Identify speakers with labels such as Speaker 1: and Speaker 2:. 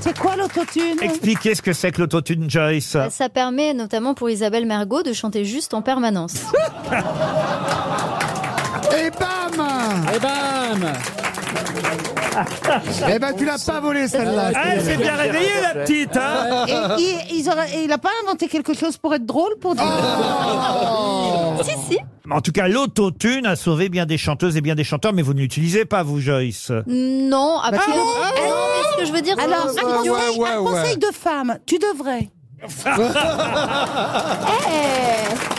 Speaker 1: C'est quoi l'autotune
Speaker 2: Expliquez ce que c'est que l'autotune, Joyce.
Speaker 3: Ça permet notamment pour Isabelle Mergot de chanter juste en permanence.
Speaker 4: Et bam
Speaker 5: Et bam
Speaker 4: Eh ben tu l'as pas volé celle-là.
Speaker 2: Ah, c'est bien réveillée, la petite, hein
Speaker 1: Et- et- ils auraient- et il a pas inventé quelque chose pour être drôle pour dire.
Speaker 4: Ah,
Speaker 3: si, si.
Speaker 2: En tout cas, l'autotune a sauvé bien des chanteuses et bien des chanteurs, mais vous ne l'utilisez pas, vous, Joyce.
Speaker 3: Non, après.
Speaker 1: Ah bon
Speaker 3: Eh, non, mais ce que je veux dire, c'est
Speaker 1: Alors,
Speaker 3: que-
Speaker 1: un, conseil,
Speaker 4: ouais, ouais,
Speaker 1: un
Speaker 4: ouais.
Speaker 1: conseil de femme, tu devrais.
Speaker 3: Eh,